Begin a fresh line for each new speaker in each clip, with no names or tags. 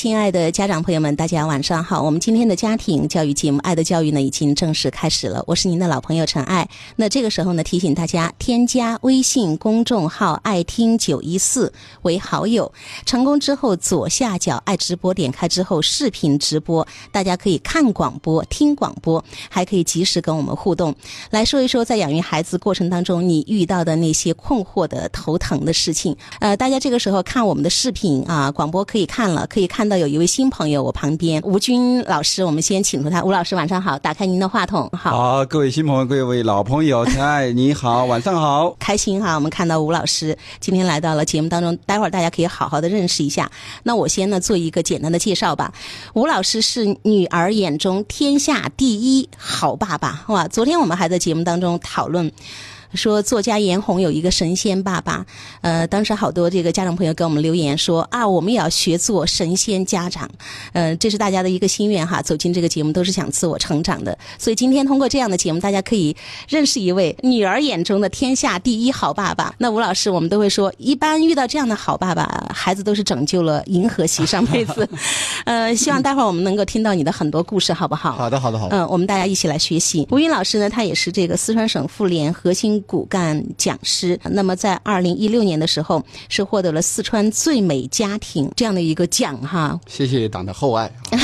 亲爱的家长朋友们，大家晚上好！我们今天的家庭教育节目《爱的教育》呢，已经正式开始了。我是您的老朋友陈爱。那这个时候呢，提醒大家添加微信公众号“爱听九一四”为好友。成功之后，左下角“爱直播”点开之后，视频直播，大家可以看广播、听广播，还可以及时跟我们互动。来说一说，在养育孩子过程当中，你遇到的那些困惑的、头疼的事情。呃，大家这个时候看我们的视频啊，广播可以看了，可以看。看到有一位新朋友，我旁边吴军老师，我们先请出他。吴老师，晚上好，打开您的话筒，好。
好，各位新朋友，各位老 朋友，陈爱，你好，晚上好。
开心哈，我们看到吴老师今天来到了节目当中，待会儿大家可以好好的认识一下。那我先呢做一个简单的介绍吧。吴老师是女儿眼中天下第一好爸爸，哇！昨天我们还在节目当中讨论。说作家严红有一个神仙爸爸，呃，当时好多这个家长朋友给我们留言说啊，我们也要学做神仙家长，呃，这是大家的一个心愿哈。走进这个节目都是想自我成长的，所以今天通过这样的节目，大家可以认识一位女儿眼中的天下第一好爸爸。那吴老师，我们都会说，一般遇到这样的好爸爸，孩子都是拯救了银河系上辈子。呃，希望待会儿我们能够听到你的很多故事，好不好？
好的，好的，好的。
嗯，我们大家一起来学习。吴云老师呢，他也是这个四川省妇联核心骨干讲师。那么在二零一六年的时候，是获得了四川最美家庭这样的一个奖哈。
谢谢党的厚爱。啊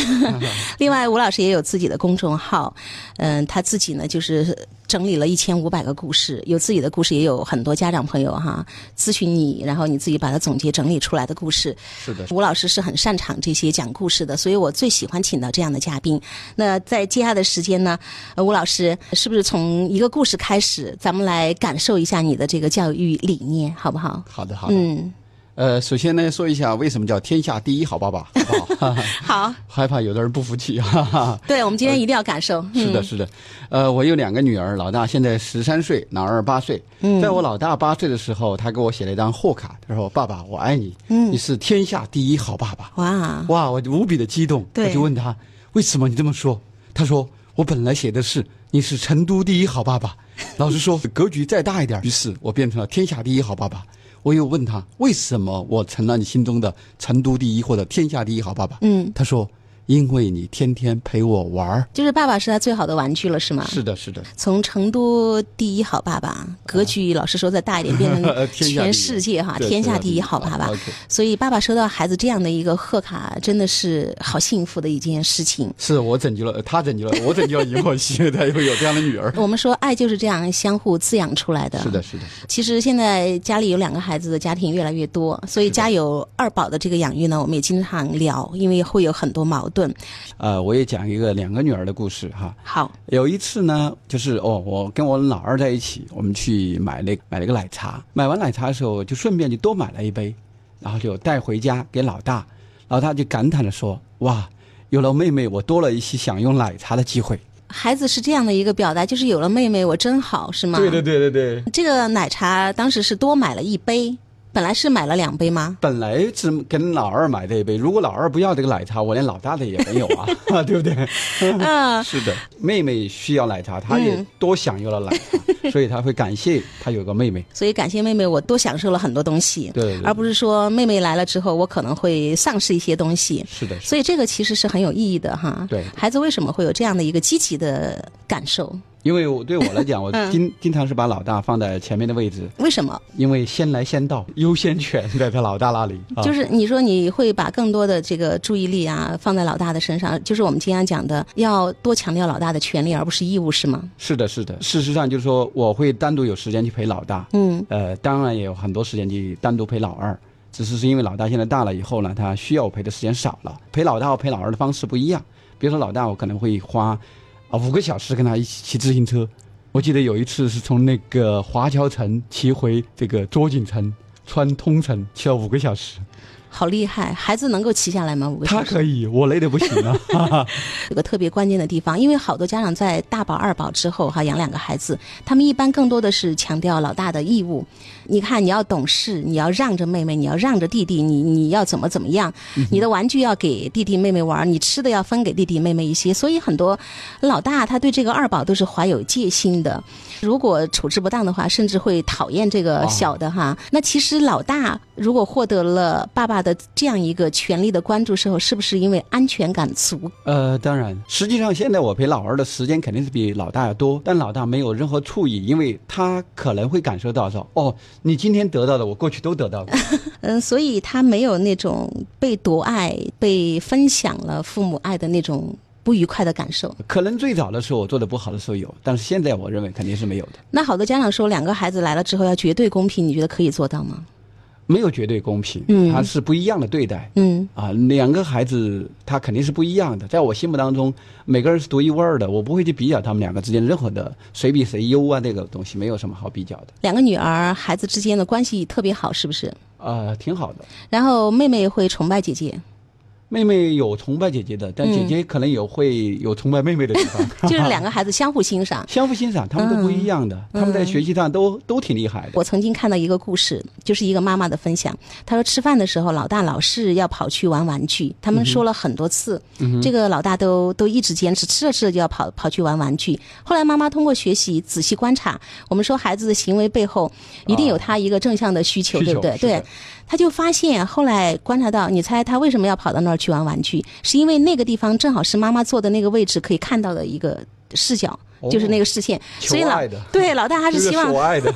另外，吴老师也有自己的公众号，嗯，他自己呢就是整理了一千五百个故事，有自己的故事，也有很多家长朋友哈咨询你，然后你自己把它总结整理出来的故事。
是的，
吴老师是很擅长这些讲故事的，所以我最喜欢请到这样的嘉宾。那在接下来的时间呢，呃吴老师是不是从一个故事开始，咱们来感受一下你的这个教育理念，好不好？
好的，好的。
嗯，
呃，首先呢，说一下为什么叫天下第一好 爸爸，好不好？
好，
害怕有的人不服气，哈哈。
对，我们今天一定要感受。
是的，
嗯，
是的，呃，我有两个女儿，老大现在十三岁，老二八岁。
嗯
在我老大八岁的时候，他给我写了一张贺卡，他说：“爸爸，我爱你，
嗯
你是天下第一好爸爸。”
哇，
哇，我无比的激动，
对
我就问他为什么你这么说？他说我本来写的是你是成都第一好爸爸，老师说格局再大一点，于是我变成了天下第一好爸爸。我又问他为什么我成了你心中的成都第一或者天下第一好爸爸？
嗯，
他说因为你天天陪我玩儿。
就是爸爸是他最好的玩具了，是吗？
是的，是的，
从成都第一好爸爸，格局老实说再大一 点，变成
呃天下第一
全世界哈，
对
啊天下第一好爸
啊
爸
，OK。
所以爸爸收到孩子这样的一个贺卡，真的是好幸福的一件事情。
是我拯救了他，拯救了我，拯救了以后， 现在又有这样的女儿。
我们说爱就是这样相互滋养出来的。
是的，。是的，
其实现在家里有两个孩子的家庭越来越多，所以家有二宝的这个养育呢，我们也经常聊，因为会有很多矛盾。
呃，我也讲一个两个女儿的故事哈。
好，
有一次呢，就是哦，我跟我老二在一起，我们去买了买了个奶茶，买完奶茶的时候就顺便就多买了一杯，然后就带回家给老大，老大就感叹的说：“哇，有了妹妹，我多了一些享用奶茶的机会。
孩子是这样的一个表达，就是有了妹妹我真好，是”吗？
对对对，
这个奶茶当时是多买了一杯，本来是买了两杯 吗？
本来只跟老二买这一杯，如果老二不要这个奶茶，我连老大的也没有啊， 对不对？
啊，
是的，嗯妹妹需要奶茶，她也多享用了奶茶， 所以她会感谢她有个妹妹。
所以感谢妹妹，我多享受了很多东西，
对对对
而不是说妹妹来了之后，我可能会丧失一些东西。
是的，是的
所以这个其实是很有意义的哈。
对
孩子为什么会有这样的一个积极的感受？
因为我对我来 讲，我
嗯
经经常是把老大放在前面的位置，
为什么？
因为先来先到，优先权在他老大那里。啊、
就是你说你会把更多的这个注意力啊放在老大的身上，就是我们经常讲的，要多强调老大的权利而不是义务，是吗？
是的，是的。事实上，就是说我会单独有时间去陪老大，
嗯，
呃，当然也有很多时间去单独陪老二。只是是因为老大现在大了以后呢，他需要我陪的时间少了。陪老大和陪老二的方式不一样。比如说老大，我可能会花啊五个小时跟他一起骑自行车。我记得有一次是从那个华侨城骑回这个涿靖城，穿通城，骑了五个小时。
好厉害，孩子能够骑下来吗？五个小
他
时
可以，我累得不行啊了。
有个特别关键的地方，因为好多家长在大宝、二宝之后哈、养两个孩子，他们一般更多的是强调老大的义务。你看，你要懂事，你要让着妹妹，你要让着弟弟，你你要怎么怎么样，你的玩具要给弟弟妹妹玩，你吃的要分给弟弟妹妹一些。所以很多老大他对这个二宝都是怀有戒心的，如果处置不当的话，甚至会讨厌这个小的哈。那其实老大如果获得了爸爸的这样一个权力的关注之后，是不是因为安全感足？
呃，当然，实际上现在我陪老二的时间肯定是比老大要多，但老大没有任何醋意，因为他可能会感受到说，哦，你今天得到的，我 过去都得到过。
嗯，所以他没有那种被独爱、被分享了父母爱的那种不愉快的感受。
可能最早的时候我做的不好的时候有，但是现在我认为肯定是没有的，
那好多家长说，两个孩子来了之后要绝对公平，你觉得可以做到吗？
没有绝对公平，
嗯
它是不一样的对待。
嗯
啊，两个孩子他肯定是不一样的，在我心目当中，每个人是独一无二的，我不会去比较他们两个之间任何的谁比谁优啊，这个东西没有什么好比较的。
两个女儿孩子之间的关系特别好，是不是？
呃，挺好的。
然后妹妹会崇拜姐姐，
妹妹有崇拜姐姐的，
嗯
但姐姐可能有会有崇拜妹妹的地 方，
就是两个孩子相互欣赏。
相互欣赏，他们都不一样的，
嗯
他们在学习上都都挺厉害的。
我曾经看到一个故事，就是一个妈妈的分享。她说吃饭的时候，老大老是要跑去玩玩具，他们说了很多次，
嗯
这个老大都都一直坚持，吃着吃着就要跑跑去玩玩具。后来妈妈通过学习仔细观察，我们说孩子的行为背后一定有他一个正向的需求，
哦需
对不
求
对？
是的
对，他就发现后来观察到，你猜他为什么要跑到那儿去玩玩具？是因为那个地方正好是妈妈坐的那个位置可以看到的一个视角，
哦
就是那个视线，
求
所以老
爱的
对老大他 是
这
希望
所 爱的，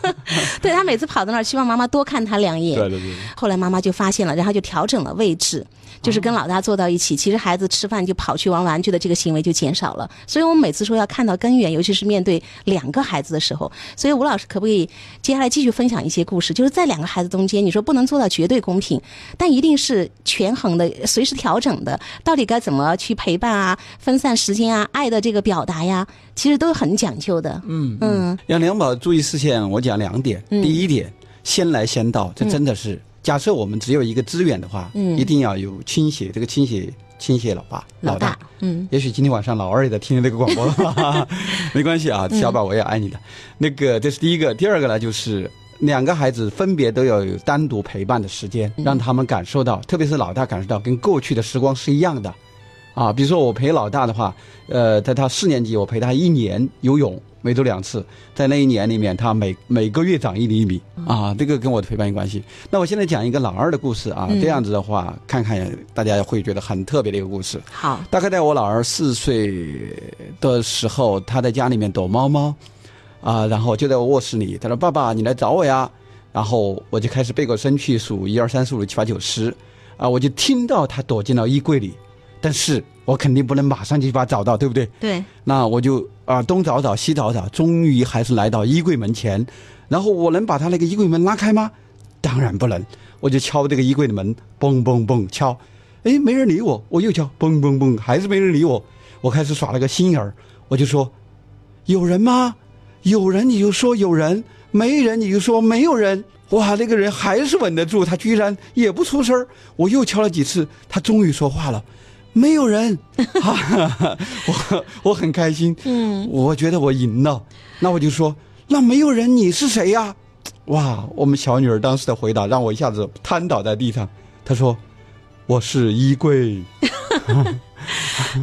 对他每次跑到那儿，希望妈妈多看他两眼。
对对。
后来妈妈就发现了，然后就调整了位置，就是跟老大坐到一起。其实孩子吃饭就跑去玩玩具的这个行为就减少了。所以我们每次说要看到根源，尤其是面对两个孩子的时候。所以吴老师可不可以接下来继续分享一些故事？就是在两个孩子中间，你说不能做到绝对公平，但一定是权衡的，随时调整的。到底该怎么去陪伴啊？分散时间啊？爱的这个表达呀，其实都很讲究的。嗯嗯
杨良宝注意事项，我讲两点。第一点，先来先到，这真的是、假设我们只有一个资源的话，
嗯
一定要有倾斜，这个倾斜倾斜老爸
老
大
大。，嗯。
也许今天晚上老二也在听这个广播，哈哈没关系啊，小宝我也爱你的。那个这是第一个，第二个呢就是。两个孩子分别都要有单独陪伴的时间，让他们感受到，特别是老大感受到跟过去的时光是一样的，啊，比如说我陪老大的话，呃，在他四年级，我陪他一年游泳，每周两次，在那一年里面，他每每个月长一厘米啊，这个跟我的陪伴有关系。那我现在讲一个老二的故事啊，这样子的话，看看大家会觉得很特别的一个故事。
好，
大概在我老二四岁的时候，他在家里面躲猫猫，啊、然后就在我卧室里，他说：“爸爸，你来找我呀。”然后我就开始背过身去数一二三四五六七八九十，啊，我就听到他躲进了衣柜里，但是我肯定不能马上就把他找到，对不对？
对，
那我就啊、东找找西找找，终于还是来到衣柜门前。然后我能把他那个衣柜门拉开吗？当然不能，我就敲这个衣柜的门，嘣嘣嘣敲，哎，没人理我，我又敲，嘣嘣嘣，还是没人理我。我开始耍了个心眼儿，我就说：“有人吗？有人你就说有人，没人你就说没有人。”哇，那个人还是稳得住，他居然也不出声儿。我又敲了几次，他终于说话了：“没有人。” 我我很开心，
嗯，
我觉得我赢了。那我就说，那没有人，你是谁呀、哇，我们小女儿当时的回答让我一下子瘫倒在地上。她说：“我是衣柜。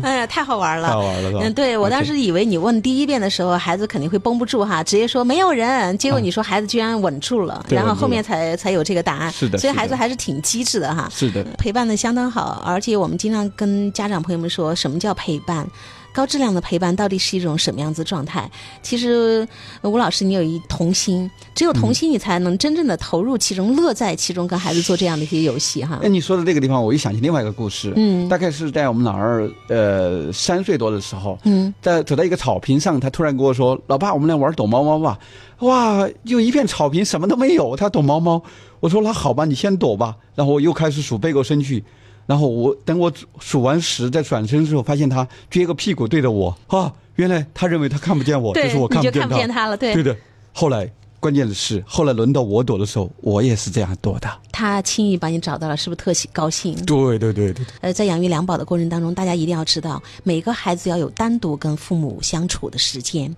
哎呀，太好玩”
嗯太
了。
好玩了，是吧？
嗯，对我当时以为你问第一遍的时候，孩子肯定会绷不住哈，直接说没有人，结果你说孩子居然稳住了，
对
然后
稳住
后面
了
才才有这个答案，
是的
所以
是的
孩子还是挺机智的哈，
是的，
陪伴的相当好，而且我们经常跟家长朋友们说什么叫陪伴。高质量的陪伴到底是一种什么样子的状态？其实，呃吴老师，你有一童心，只有童心，你才能真正的投入其中，乐在其中，跟孩子做这样的一些游戏哈
哎，。你说的这个地方，我又想起另外一个故事。
嗯
大概是在我们老二呃三岁多的时候，
嗯，
在走到一个草坪上，他突然跟我说：“老爸，我们来玩躲猫猫吧！”哇，就一片草坪，什么都没有，他躲猫猫。我说：“那好吧，你先躲吧。”然后我又开始数背过身去，然后我等我数完十再转身的时候，发现他撅个屁股对着我啊！原来他认为他看不见我，
对，
就是我
你
看
就
不
看
见
不
他。
见他了，对
对的。后来关键的是，后来轮到我躲的时候，我也是这样躲的。
他轻易把你找到了，是不是特喜高兴？
对对对对对，
呃，在养育两宝的过程当中，大家一定要知道，每个孩子要有单独跟父母相处的时间，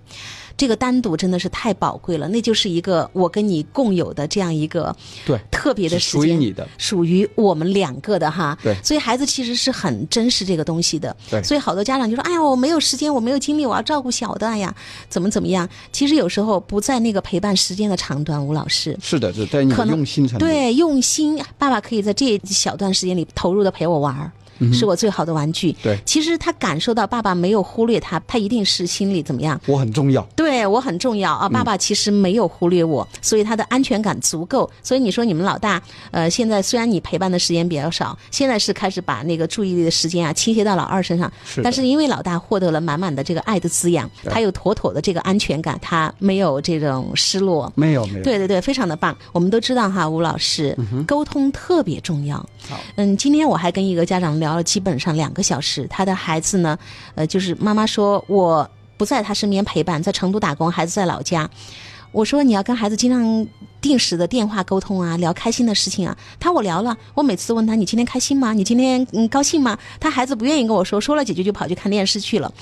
这个单独真的是太宝贵了，那就是一个我跟你共有的这样一个
对
特别的
是
时
属于
间，
你的
属于我们两个的哈。
对
所以孩子其实是很珍视这个东西的。
对
所以好多家长就说：“哎呀，我没有时间，我没有精力，我要照顾小的哎呀，怎么怎么样。”其实有时候不在那个陪伴时间的长短，吴老师。
是的，这在你
可能
用心程度，
对，用心，爸爸可以在这小段时间里投入的陪我玩儿，
嗯哼
是我最好的玩具。
对
其实他感受到爸爸没有忽略他，他一定是心里怎么样？
我很重要。
对我很重要
嗯
啊！爸爸其实没有忽略我，所以他的安全感足够。所以你说你们老大，呃，现在虽然你陪伴的时间比较少，现在是开始把那个注意力的时间啊倾斜到老二身上，
是的
但是因为老大获得了满满的这个爱的滋养，
对
他有妥妥的这个安全感，他没有这种失落。
没有没有，
对对对，非常的棒。我们都知道哈，吴老师，沟通特别重要。
好
嗯，今天我还跟一个家长聊了基本上两个小时，他的孩子呢，呃，就是妈妈说我不在他身边陪伴，在成都打工，孩子在老家。我说你要跟孩子经常定时的电话沟通啊，聊开心的事情啊。他我聊了，我每次都问他你今天开心吗？你今天嗯高兴吗？他孩子不愿意跟我说，说了几句就跑去看电视去了。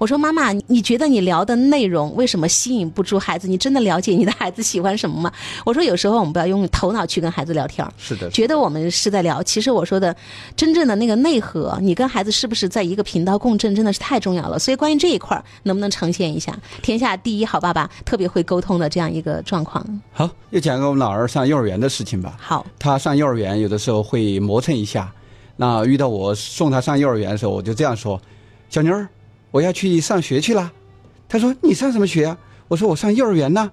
我说妈妈，你觉得你聊的内容为什么吸引不住孩子？你真的了解你的孩子喜欢什么吗？我说有时候我们不要用头脑去跟孩子聊天儿，
是的，
觉得我们是在聊，其实我说的真正的那个内核，你跟孩子是不是在一个频道共振，真的是太重要了。所以关于这一块儿，能不能呈现一下天下第一好爸爸特别会沟通的这样一个状况？
好，又讲一个我们老二上幼儿园的事情吧。
好，
他上幼儿园有的时候会磨蹭一下，那遇到我送他上幼儿园的时候，我就这样说：“小妞儿，我要去上学去啦。”他说：“你上什么学啊？”我说：“我上幼儿园呢。”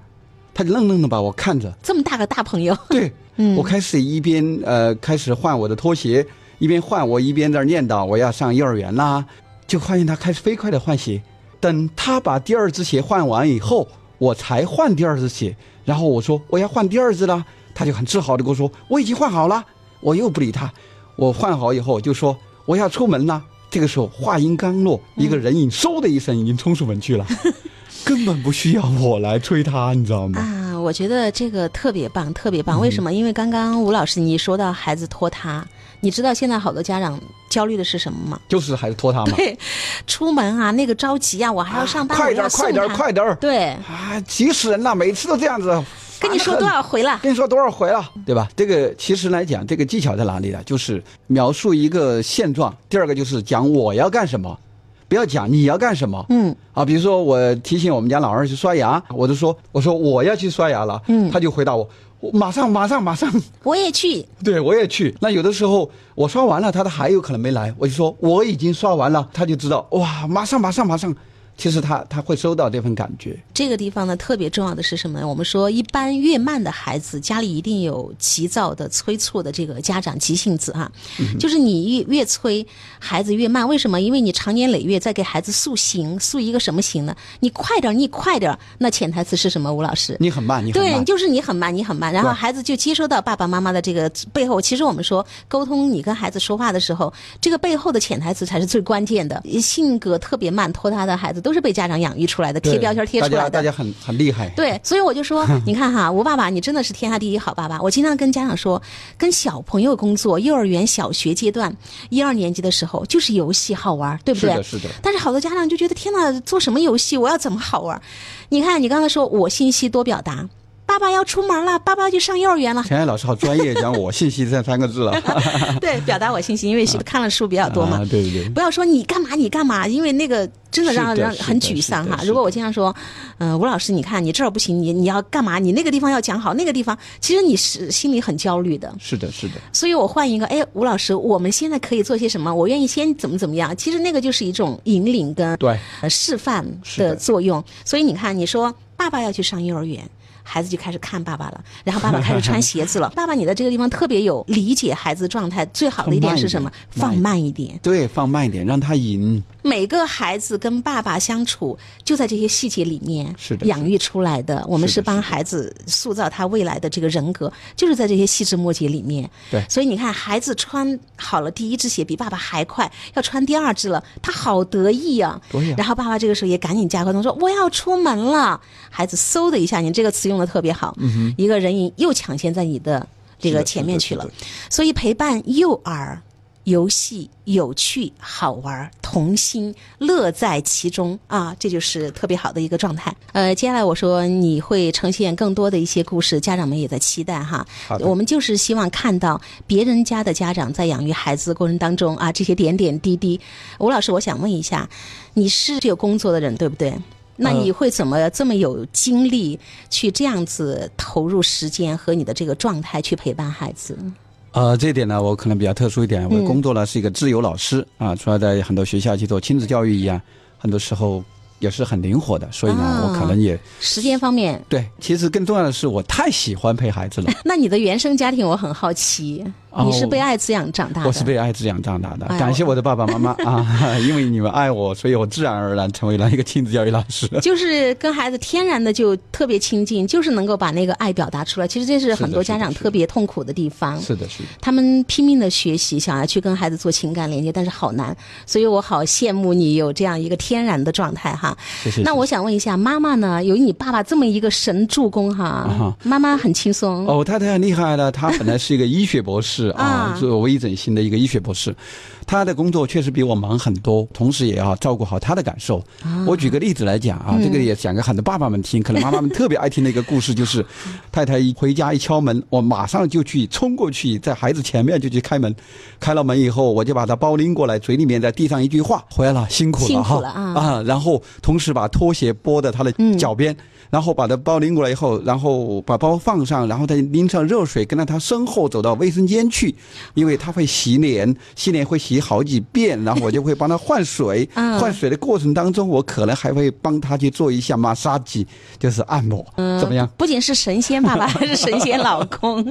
他就愣愣的把我看着，
这么大个大朋友，
对，我开始一边呃开始换我的拖鞋，一边换我一边在那儿念叨我要上幼儿园啦，就发现他开始飞快的换鞋。等他把第二只鞋换完以后，我才换第二只鞋。然后我说我要换第二只啦，他就很自豪的跟我说我已经换好了。我又不理他，我换好以后就说我要出门啦。这个时候话音刚落，一个人影嗖的一声已经冲出门去了，根本不需要我来催他，你知道吗？
啊，我觉得这个特别棒，特别棒。为什么？因为刚刚吴老师你说到孩子拖沓，你知道现在好多家长焦虑的是什么吗？
就是还是拖他嘛。
对，出门啊，那个着急啊，我还要上班，
快
我要
点，快
送他。
点，快点！
对，
啊，急死人了，每次都这样子。
跟你说
烦得
多？
很
少回了？
跟你说多少回了，对吧？这个其实来讲，这个技巧在哪里呢？就是描述一个现状，第二个就是讲我要干什么，不要讲你要干什么。
嗯，
啊，比如说我提醒我们家老二去刷牙，我就说我说我要去刷牙了，嗯，他就回答我，我马上马上马上，
我也去。
对我也去。那有的时候我刷完了，他的还有可能没来，我就说我已经刷完了，他就知道哇，马上马上马上。其实他他会收到这份感觉，
这个地方呢，特别重要的是什么呢？我们说，一般越慢的孩子，家里一定有急躁的、催促的这个家长急性子啊。
嗯
就是你越越催，孩子越慢。为什么？因为你长年累月在给孩子塑形，塑一个什么形呢？你快点儿，你快点儿。那潜台词是什么？吴老师，
你很慢，你很慢
对，。就是你很慢，你很慢，然后
对
孩子就接收到爸爸妈妈的这个背后。其实我们说沟通，你跟孩子说话的时候，这个背后的潜台词才是最关键的。性格特别慢、拖沓的孩子，都是被家长养育出来的，贴标签贴出来
大家大
的。
家很很厉害。
对，所以我就 说，你看哈，吴爸爸，你真的是天下第一好爸爸。我经常跟家长说，跟小朋友工作，幼儿园、小学阶段，一二年级的时候，就是游戏好玩，对不
是
对？
的，是的，
但是好多家长就觉得天哪，做什么游戏？我要怎么好玩？你看，你刚才说我信息多表达，爸爸要出门了，爸爸要去上幼儿园 了，
陈爱老师好专业，讲我信息这三个字了。
对，表达我信息，因
啊
为是看了书比较多嘛。
啊对对对，
不要说你干嘛你干嘛，因为那个真的让
是的
让
是的
很沮丧
是的
哈
是。的
如果我经常说，嗯、吴老师，你看你这儿不行，你你要干嘛？你那个地方要讲好，那个地方，其实你是心里很焦虑的。
是的，是的，
所以我换一个，哎，吴老师，我们现在可以做些什么？我愿意先怎么怎么样？其实那个就是一种引领跟
对，
呃示范
是
的
的
作用。所以你看，你说爸爸要去上幼儿园。孩子就开始看爸爸了，然后爸爸开始穿鞋子了。 爸爸，你在这个地方特别有理解孩子状态，最好的一点是什么？
放
放
慢一点
慢一点。
对，放慢一点，让他赢。
每个孩子跟爸爸相处，就在这些细节里面
是的
养育出来的。我们
是
是
的
帮
是的
孩子塑造他未来的这个人格，就是在这些细枝末节里面。
对
所以你看，孩子穿好了第一只鞋，比爸爸还快，要穿第二只了，他好得意啊！
对呀
然后爸爸这个时候也赶紧加快动作，说我要出门了。孩子嗖的一下，你这个词用的特别好，
嗯
一个人影又抢先在你的这
是
个
的
前面去了
是的。
所以陪伴幼儿，游戏有趣、好玩、童心，乐在其中啊，这就是特别好的一个状态。呃，接下来我说你会呈现更多的一些故事，家长们也在期待哈。
好的
我们就是希望看到别人家的家长在养育孩子的过程当中
嗯
啊，这些点点滴滴。吴老师，我想问一下，你是有工作的人对不对？那你会怎么这么有精力去这样子投入时间和你的这个状态去陪伴孩子？
呃，这一点呢，我可能比较特殊一点，我的
嗯
工作呢是一个自由老师啊，除了在很多学校去做亲子教育一样，很多时候也是很灵活的，所以呢，
啊
我可能也
时间方面，
对。其实更重要的是，我太喜欢陪孩 子了，
那你的原生家庭我很好奇，
哦
你是被爱滋养长大的？
我是被爱滋养长大的，
哎呀
感谢我的爸爸妈妈啊， 因为你们爱我，所以我自然而然成为了一个亲子教育老师。
就是跟孩子天然的就特别亲近，就是能够把那个爱表达出来。其实这是
的
很多
是的
家长
是的
特别痛苦的地方。
是的，是的。
他们拼命的学习，想要去跟孩子做情感连接，但是好难。所以我好羡慕你有这样一个天然的状态哈。
谢谢
那我想问一下，妈妈呢？有你爸爸这么一个神助攻哈，
啊哈
妈妈很轻松。
哦，太太很厉害了，她本来是一个医学博士啊
啊，
作为微整形的一个医学博士，她的工作确实比我忙很多，同时也要照顾好她的感受。我举个例子来讲
嗯
啊，这个也讲给很多爸爸们听，可能妈妈们特别爱听的一个故事 就是，太太一回家一敲门，我马上就去冲过去，在孩子前面就去开门，开了门以后，我就把他包拎过来，嘴里面再递上一句话：“回来了，辛苦
辛
了
苦
哈
了啊。
啊！”然后同时把拖鞋拨到他的脚边。然后把他包拎过来以后，然后把包放上，然后再拎上热水，跟到他身后走到卫生间去，因为他会洗脸，洗脸会洗好几遍，然后我就会帮他换水
嗯
换水的过程当中，我可能还会帮他去做一下马杀鸡，就是按摩，
嗯
怎么样？
不仅是神仙爸 爸，还是神仙老公，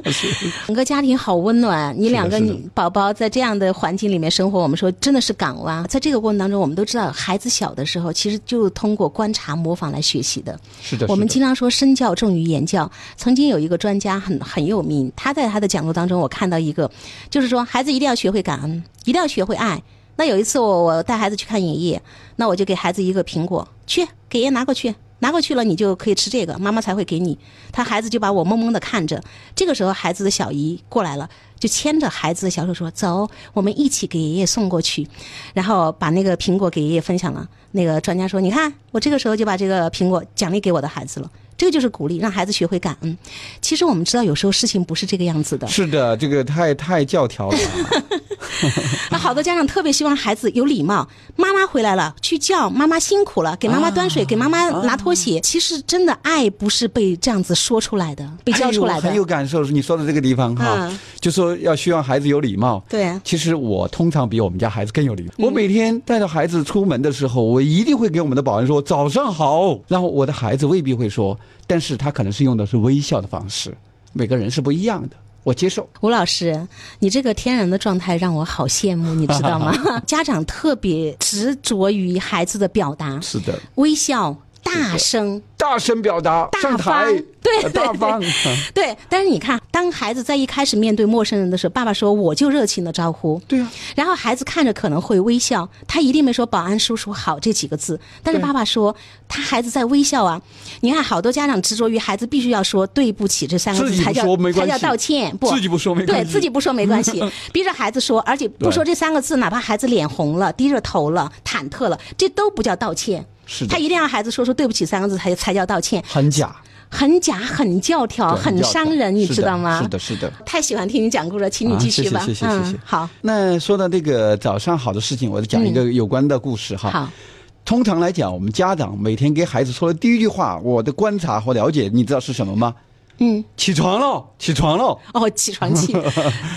整个家庭好温暖。你
是的
两个
是的
女宝宝在这样的环境里面生活，我们说真的是港湾。在这个过程当中，我们都知道，孩子小的时候其实就通过观察、模仿来学习的。
是的，
我们
是的
经常说身教重于言教。曾经有一个专家很很有名，他在他的讲座当中，我看到一个，就是说孩子一定要学会感恩，一定要学会爱。那有一次我我带孩子去看影业，那我就给孩子一个苹果，去给爷拿过去，拿过去了你就可以吃这个，妈妈才会给你。他孩子就把我懵懵的看着，这个时候孩子的小姨过来了，就牵着孩子的小手说：“走，我们一起给爷爷送过去。”然后把那个苹果给爷爷分享了。那个专家说：“你看，我这个时候就把这个苹果奖励给我的孩子了。”这个就是鼓励，让孩子学会感恩。其实我们知道，有时候事情不是这个样子的。
是的，这个太太教条了。啊
那好多家长特别希望孩子有礼貌，妈妈回来了去叫妈妈辛苦了，给妈妈端水，给妈妈
啊
拿拖鞋。其实真的爱不是被这样子说出来的，被教出来
哎呦
的。
很有感受。你说的这个地方哈，
嗯
就说要希望孩子有礼貌。
对
其实我通常比我们家孩子更有礼貌。
嗯
我每天带着孩子出门的时候，我一定会给我们的保安说早上好。然后我的孩子未必会说，但是他可能是用的是微笑的方式。每个人是不一样的，我接受。
吴老师，你这个天然的状态让我好羡慕，你知道 吗？家长特别执着于孩子的表达，
是的，
微笑、大声，
大声表达，
大
上台
方，对
呃 大方。
对。但是你看，当孩子在一开始面对陌生人的时候，爸爸说我就热情的招呼，
对啊，
然后孩子看着可能会微笑，他一定没说“保安叔叔好”这几个字，但是
对
爸爸说他孩子在微笑啊。你看，好多家长执着于孩子必须要说“对不起”这三个
自
字
己不
才叫
说没
才
关系
叫道歉，不
自己不说没关
对
系。
自己不说没关 系，逼着孩子说，而且不说这三个字，哪怕孩子脸红了、低着头了、忐忑了，这都不叫道歉。
是
他
的，
一定让孩子说出“对不起”三个字才才叫道歉，
很假，
很假、很教条、
对
啊很
教条
伤人，你
是
知
的
道吗？
是的，是的。
太喜欢听你讲故事了，请你
啊
继续吧。
谢谢谢谢谢谢
嗯，好，
那说到这个早上好的事情，我就讲一
嗯
个有关的故事哈。
好，
通常来讲，我们家长每天给孩子说的第一句话，我的观察和了解，你知道是什么吗？
嗯，
起床喽，起床喽。
哦，起床气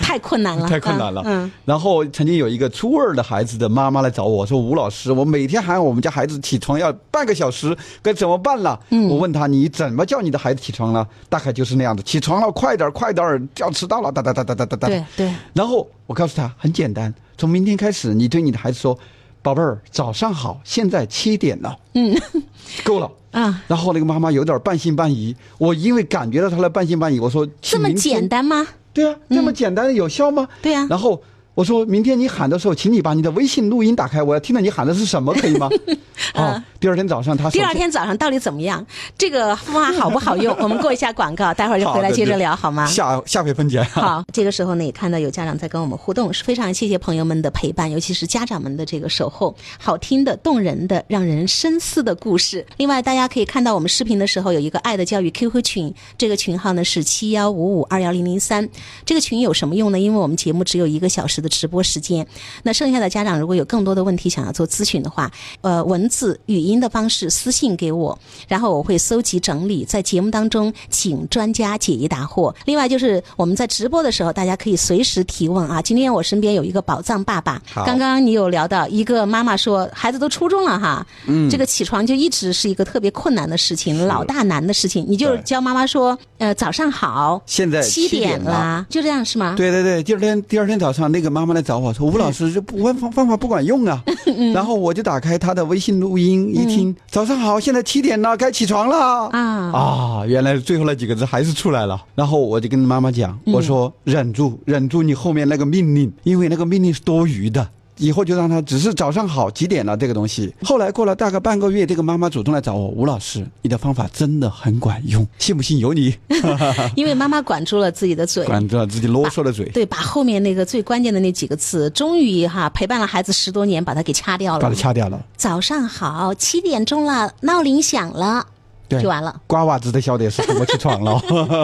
太困难了，
太困难了。
嗯，
然后曾经有一个初二的孩子的妈妈来找我说：“吴老师，我每天喊我们家孩子起床要半个小时，该怎么办了？”嗯，我问他：“你怎么叫你的孩子起床了？”大概就是那样子，起床了，快点儿，快点儿，要迟到了，哒哒哒哒哒哒哒。
对对。
然后我告诉他，很简单，从明天开始，你对你的孩子说：“宝贝儿，早上好，现在七点了。”嗯，够了。
嗯啊，
然后那个妈妈有点半信半疑，我因为感觉到她的半信半疑，我说
这么简
单。
单吗？
对啊，这么简单的有效吗？
对啊
然后我说明天你喊的时候，请你把你的微信录音打开，我要听到你喊的是什么，可以 吗？啊，第二天早上他首
嗯第
先
二天早上到底怎么样？这个方法好不好用？我们过一下广告，待会儿就回来接着聊好吗？
下下回分解。
好，这个时候呢，也看到有家长在跟我们互动，是非常谢谢朋友们的陪伴，尤其是家长们的这个守候，好听的、动人的、让人深思的故事。另外，大家可以看到我们视频的时候有一个“爱的教育 ”QQ 群，这个群号呢是七幺五五二幺零零三。这个群有什么用呢？因为我们节目只有一个小时的的直播时间。那剩下的家长如果有更多的问题想要做咨询的话，呃，文字、语音的方式私信给我，然后我会搜集整理，在节目当中请专家解疑答惑。另外就是我们在直播的时候，大家可以随时提问啊。今天我身边有一个宝藏爸爸，
好
刚刚你有聊到一个妈妈说孩子都初中了哈，嗯，这个起床就一直是一个特别困难的事情，老大难的事情。你就是
对
教妈妈说，呃，早上好，
现在
七
点
点啦，就这样是吗？
对对对，第二天第二天早上，那个妈妈来找我说：“吴老师，这不方方方法不管 用啊。”
嗯
然后我就打开她的微信录音，一听：“早上好，现在七点了，该起床了。”
啊，
啊，原来最后那几个字还是出来了。然后我就跟妈妈讲，我说
嗯
忍住，忍住你后面那个命令，因为那个命令是多余的。以后就让他只是早上好几点了这个东西。后来过了大概半个月，这个妈妈主动来找我，吴老师，你的方法真的很管用，信不信由你。
因为妈妈管住了自己的嘴，
管着自己啰嗦 的嘴，
对，把后面那个最关键的那几个字，终于哈陪伴了孩子十多年，把它给掐掉
把
了
它。掐掉了。
早上好，七点钟了，闹铃响了，
对
就，完了。
瓜娃子都晓得是怎么起床了。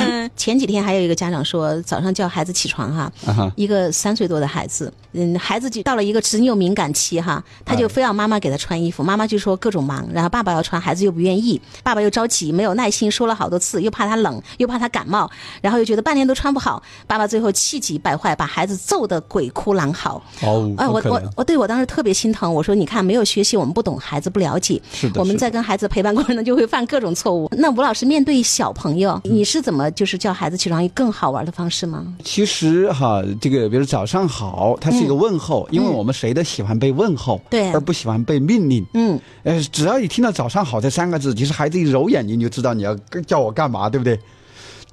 嗯，前几天还有一个家长说，早上叫孩子起床哈，
啊哈
一个三岁多的孩子，嗯，孩子就到了一个执拗敏感期哈，他就非要妈妈给他穿衣服，妈妈就说各种忙，然后爸爸要穿，孩子又不愿意，爸爸又着急，没有耐心，说了好多次，又怕他冷，又怕他感冒，然后又觉得半天都穿不好，爸爸最后气急败坏，把孩子揍得鬼哭狼嚎。
哦，
哎，
好
我
可
我
怜
我对我当时特别心疼，我说你看没有学习，我们不懂孩子不了解，
是的
我们
是
在跟孩子陪伴过程中就会犯各种错误。那吴老师面对小朋友，你是怎么就是叫孩子起床一个更好玩的方式吗？
其实哈，这个比如早上好，它是一个问候，因为我们谁都喜欢被问候，
嗯对
而不喜欢被命令。
嗯，
呃，只要一听到“早上好”这三个字，其实孩子一揉眼睛就知道你要叫我干嘛，对不对？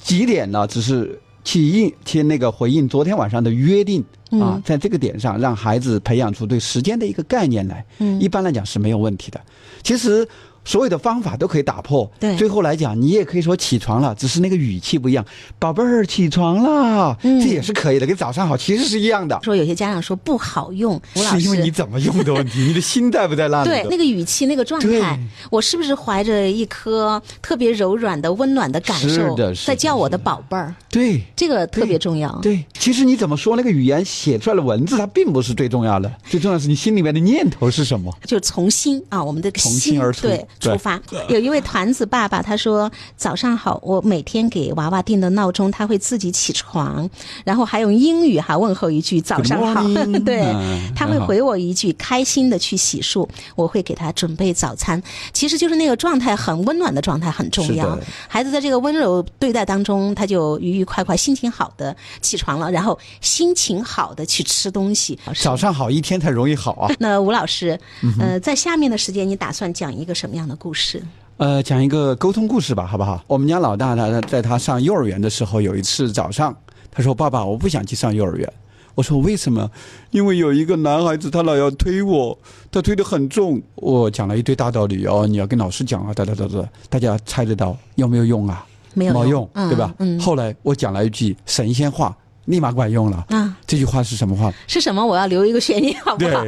几点了？只是去应去那个回应昨天晚上的约定
嗯
啊，在这个点上，让孩子培养出对时间的一个概念来。嗯，一般来讲是没有问题的。其实所有的方法都可以打破。
对
最后来讲，你也可以说起床了，只是那个语气不一样。宝贝儿，起床啦，
嗯
这也是可以的，跟早上好其实是一样的。
说有些家长说不好用，吴老
是因为你
师。
怎么用的 问题，你的心在不在那里？
对那个语气、那个状
对
态，我是不是怀着一颗特别柔软的、温暖的感受
是，的是的
在叫我的宝贝儿？
对
这个特别重要。
对，其实你怎么说那个语言写出来的文字，它并不是最重要的，最重要的是你心里面的念头是什么。
就是从心啊，我们的
从心而出
对
对
出发。有一位团子爸爸他说：“早上好，我每天给娃娃定的闹钟，他会自己起床，然后还用英语哈问候一句早上好
Good morning，
对
嗯，
他会回我一句开心的去洗漱，我会给他准备早餐。其实就是那个状态很温暖的状态很重
是
要
的，
孩子在这个温柔对待当中，他就愉愉快快、心情好的起床了，然后心情好的去吃东西。
早上好一天才容易好啊。
那吴老师，
嗯
呃，在下面的时间，你打算讲一个什么样的故事？
呃，讲一个沟通故事吧，好不好？我们家老大他他在他上幼儿园的时候，有一次早上，他说：“爸爸，我不想去上幼儿园。”我说：“为什么？”因为有一个男孩子，他老要推我，他推得很重。我讲了一堆大道理哦，你要跟老师讲啊，哒哒哒哒，大家猜得到有没有用啊？
没有
没用，
嗯
对吧？
嗯
后来我讲了一句神仙话，立马管用了。
啊，
这句话是什么话？
是什么？我要留一个悬念，好不好？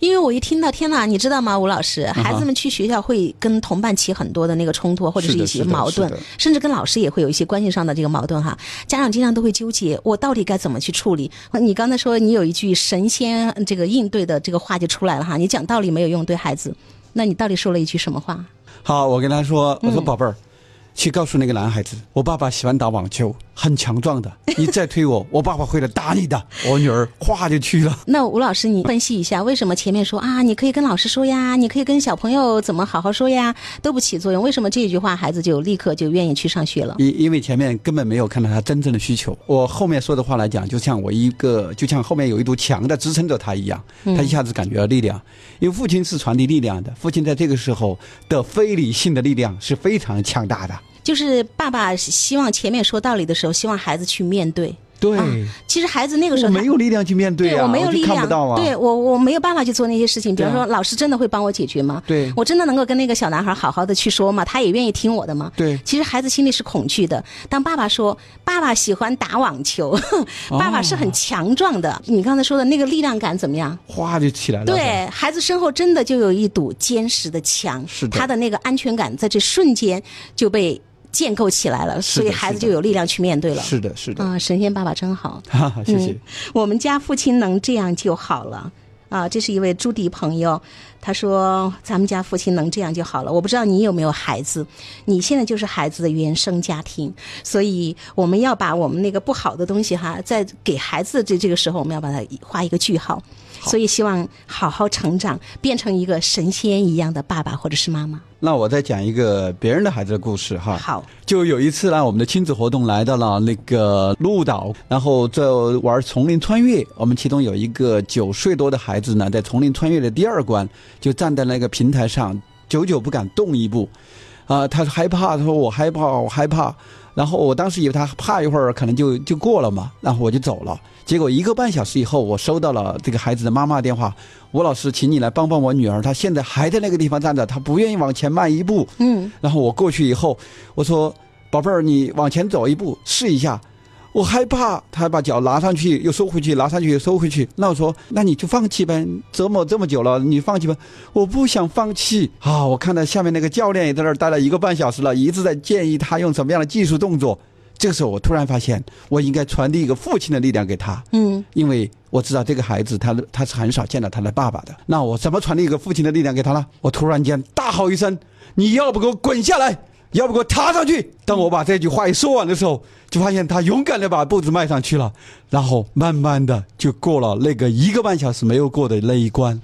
因为我一听到，天哪，你知道吗，吴老师，
嗯哼
孩子们去学校会跟同伴起很多的那个冲突，或者
是
一
的
些
是的
矛盾
是的，
甚至跟老师也会有一些关系上的这个矛盾哈。家长经常都会纠结，我到底该怎么去处理？呃你刚才说你有一句神仙这个应对的这个话就出来了哈，你讲道理没有用，对孩子，那你到底说了一句什么话？
好，我跟他说，我说宝贝儿，去告诉那个男孩子，我爸爸喜欢打网球，很强壮的，你再推我， 我爸爸会来打你的。我女儿哗就去 了。
那吴老师，你分析一下，为什么前面说啊，你可以跟老师说呀，你可以跟小朋友怎么好好说呀，都不起作用？为什么这句话孩子就立刻就愿意去上学了？
因因为前面根本没有看到他真正的需求，我后面说的话来讲，就像我一个，就像后面有一堵墙在支撑着他一样，他一下子感觉到力量。因为父亲是传递力量的，父亲在这个时候的非理性的力量是非常强大的。
就是爸爸希望前面说道理的时候，希望孩子去面对。
对，
啊其实孩子那个时
我
候他
没有力量去面
对
啊，
我没有
就
力量，
看不到啊。
对我我没有办法去做那些事情。比
对啊
方说，老师真的会帮我解决吗？
对
我真的能够跟那个小男孩好好的去说吗？他也愿意听我的吗？
对
其实孩子心里是恐惧的。当爸爸说爸爸喜欢打网球，
哦
爸爸是很强壮的。你刚才说的那个力量感怎么样？
哗就起来了。
对孩子身后真的就有一堵坚实的墙，
是的
他的那个安全感在这瞬间就被建构起来了，
是
所
的
以孩子
是的
就有力量去面对了。
是的，是的，
啊，神仙爸爸真好。
哈哈，谢谢。
我们家父亲能这样就好了。啊，这是一位朱迪朋友，他说：“咱们家父亲能这样就好了。”我不知道你有没有孩子，你现在就是孩子的原生家庭，所以我们要把我们那个不好的东西哈，在给孩子的这这个时候，我们要把它画一个句号。所以希望好好成长，变成一个神仙一样的爸爸或者是妈妈。
那我再讲一个别人的孩子的故事哈。
好，
就有一次呢，我们的亲子活动来到了那个鹿岛，然后在玩丛林穿越。我们其中有一个九岁多的孩子呢，在丛林穿越的第二关，就站在那个平台上，久久不敢动一步。啊、他害怕，他说我害怕，我害怕。然后我当时以为他怕一会儿，可能就就过了嘛，然后我就走了。结果一个半小时以后，我收到了这个孩子的妈妈电话，吴老师，请你来帮帮我女儿，她现在还在那个地方站着，她不愿意往前迈一步。
嗯，
然后我过去以后，我说：“宝贝儿，你往前走一步，试一下。”我害怕，他把脚拿上去又收回去，拿上去又收回去。那我说：“那你就放弃呗，折磨这么久了，你放弃吧。”我不想放弃啊！我看到下面那个教练也在那儿待了一个半小时了，一直在建议他用什么样的技术动作。这个时候，我突然发现，我应该传递一个父亲的力量给他。
嗯，
因为我知道这个孩子他的他是很少见到他的爸爸的，那我怎么传递一个父亲的力量给他呢？我突然间大吼一声：“你要不给我滚下来，要不给我爬上去！”当我把这句话一说完的时候，就发现他勇敢的把步子迈上去了，然后慢慢的就过了那个一个半小时没有过的那一关。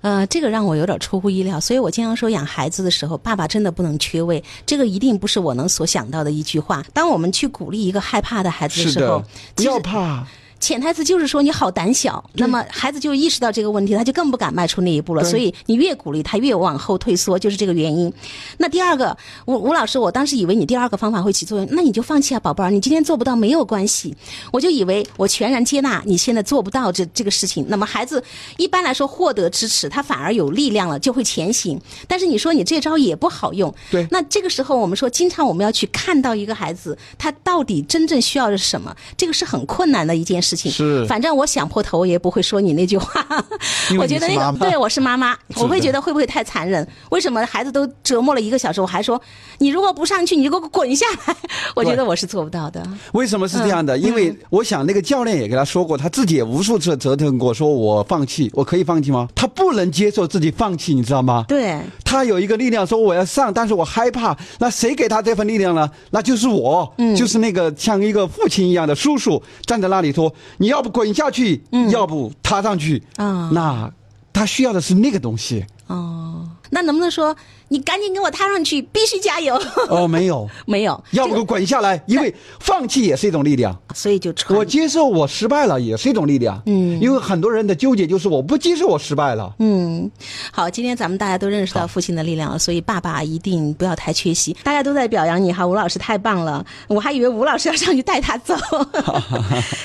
呃，这个让我有点出乎意料，所以我经常说养孩子的时候，爸爸真的不能缺位。这个一定不是我能所想到的一句话。当我们去鼓励一个害怕的孩子的
是
时候
的，，
其
不
实
要怕。
潜台词就是说你好胆小，那么孩子就意识到这个问题，他就更不敢迈出那一步了。
对
所以你越鼓励他，越往后退缩，就是这个原因。那第二个，吴吴老师，我当时以为你第二个方法会起作用，那你就放弃啊，宝贝儿，你今天做不到没有关系。我就以为我全然接纳你现在做不到这这个事情。那么孩子一般来说获得支持，他反而有力量了，就会前行。但是你说你这招也不好用，
对
那这个时候我们说，经常我们要去看到一个孩子他到底真正需要的是什么，这个是很困难的一件事情。
是
反正我想破头也不会说你那句话。
因为
我
你
觉得
是
那
妈
个
妈
对哎我是妈妈，
的
我会觉得会不会太残忍？为什么孩子都折磨了一个小时，我还说你如果不上去，你就给我滚下来？ 我觉得我是做不到的。
为什么是这样的？因为我想那个教练也跟他说过，他自己也无数次折腾过，说我放弃，我可以放弃吗？他不能接受自己放弃，你知道吗？
对，
他有一个力量说我要上，但是我害怕。那谁给他这份力量呢？那就是我，
嗯
就是那个像一个父亲一样的叔叔站在那里说：“你要不滚下去，要不踏上去。
嗯啊
那他需要的是那个东西。
哦，那能不能说你赶紧给我踏上去，必须加油？
哦，没有，
没有，
要不给我滚下来，因为放弃也是一种力量。
所以就传
我接受我失败了也是一种力量，嗯，因为很多人的纠结就是我不接受我失败了，
嗯，好，今天咱们大家都认识到父亲的力量了，所以爸爸一定不要太缺席。大家都在表扬你哈，吴老师太棒了，我还以为吴老师要上去带他 走。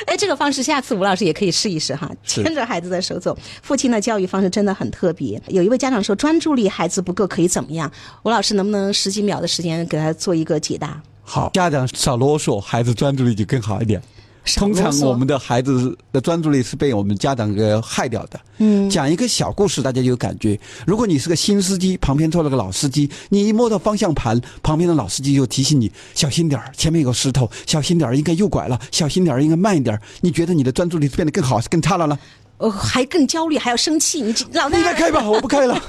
哎，这个方式下次吴老师也可以试一试哈，
是
牵着孩子的手走。父亲的教育方式真的很特别。有一位家长说，专注力孩子不够可以怎么样？吴老师能不能十几秒的时间给他做一个解答？
好，家长少啰嗦，孩子专注力就更好一点。
少
通常
啰嗦
我们的孩子的专注力是被我们家长给害掉的。嗯，讲一个小故事，大家就有感觉。如果你是个新司机，旁边坐了个老司机，你一摸到方向盘，旁边的老司机就提醒你小心点儿，前面有个石头，小心点儿，应该右拐了，小心点儿，应该慢一点儿。你觉得你的专注力是变得更好还是更差了呢？
哦，还更焦虑，还要生气，你这老
你
大
来开吧，我不开 了。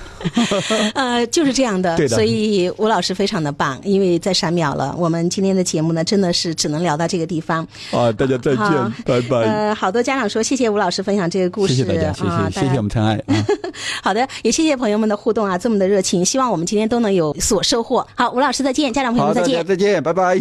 呃，就是这样的，
对的
所以吴老师非常的棒，因为在三秒了，我们今天的节目呢，真的是只能聊到这个地方。
啊，大家再
好
见，拜拜。
呃，好多家长说谢谢吴老师分享这个故事，
谢谢大家，谢谢、
啊、大
谢谢
家
我们陈爱 啊。
好的，也谢谢朋友们的互动啊，这么的热情，希望我们今天都能有所收获。好，吴老师再见，家长朋友
好，
们再
大
见
家。再见，拜拜。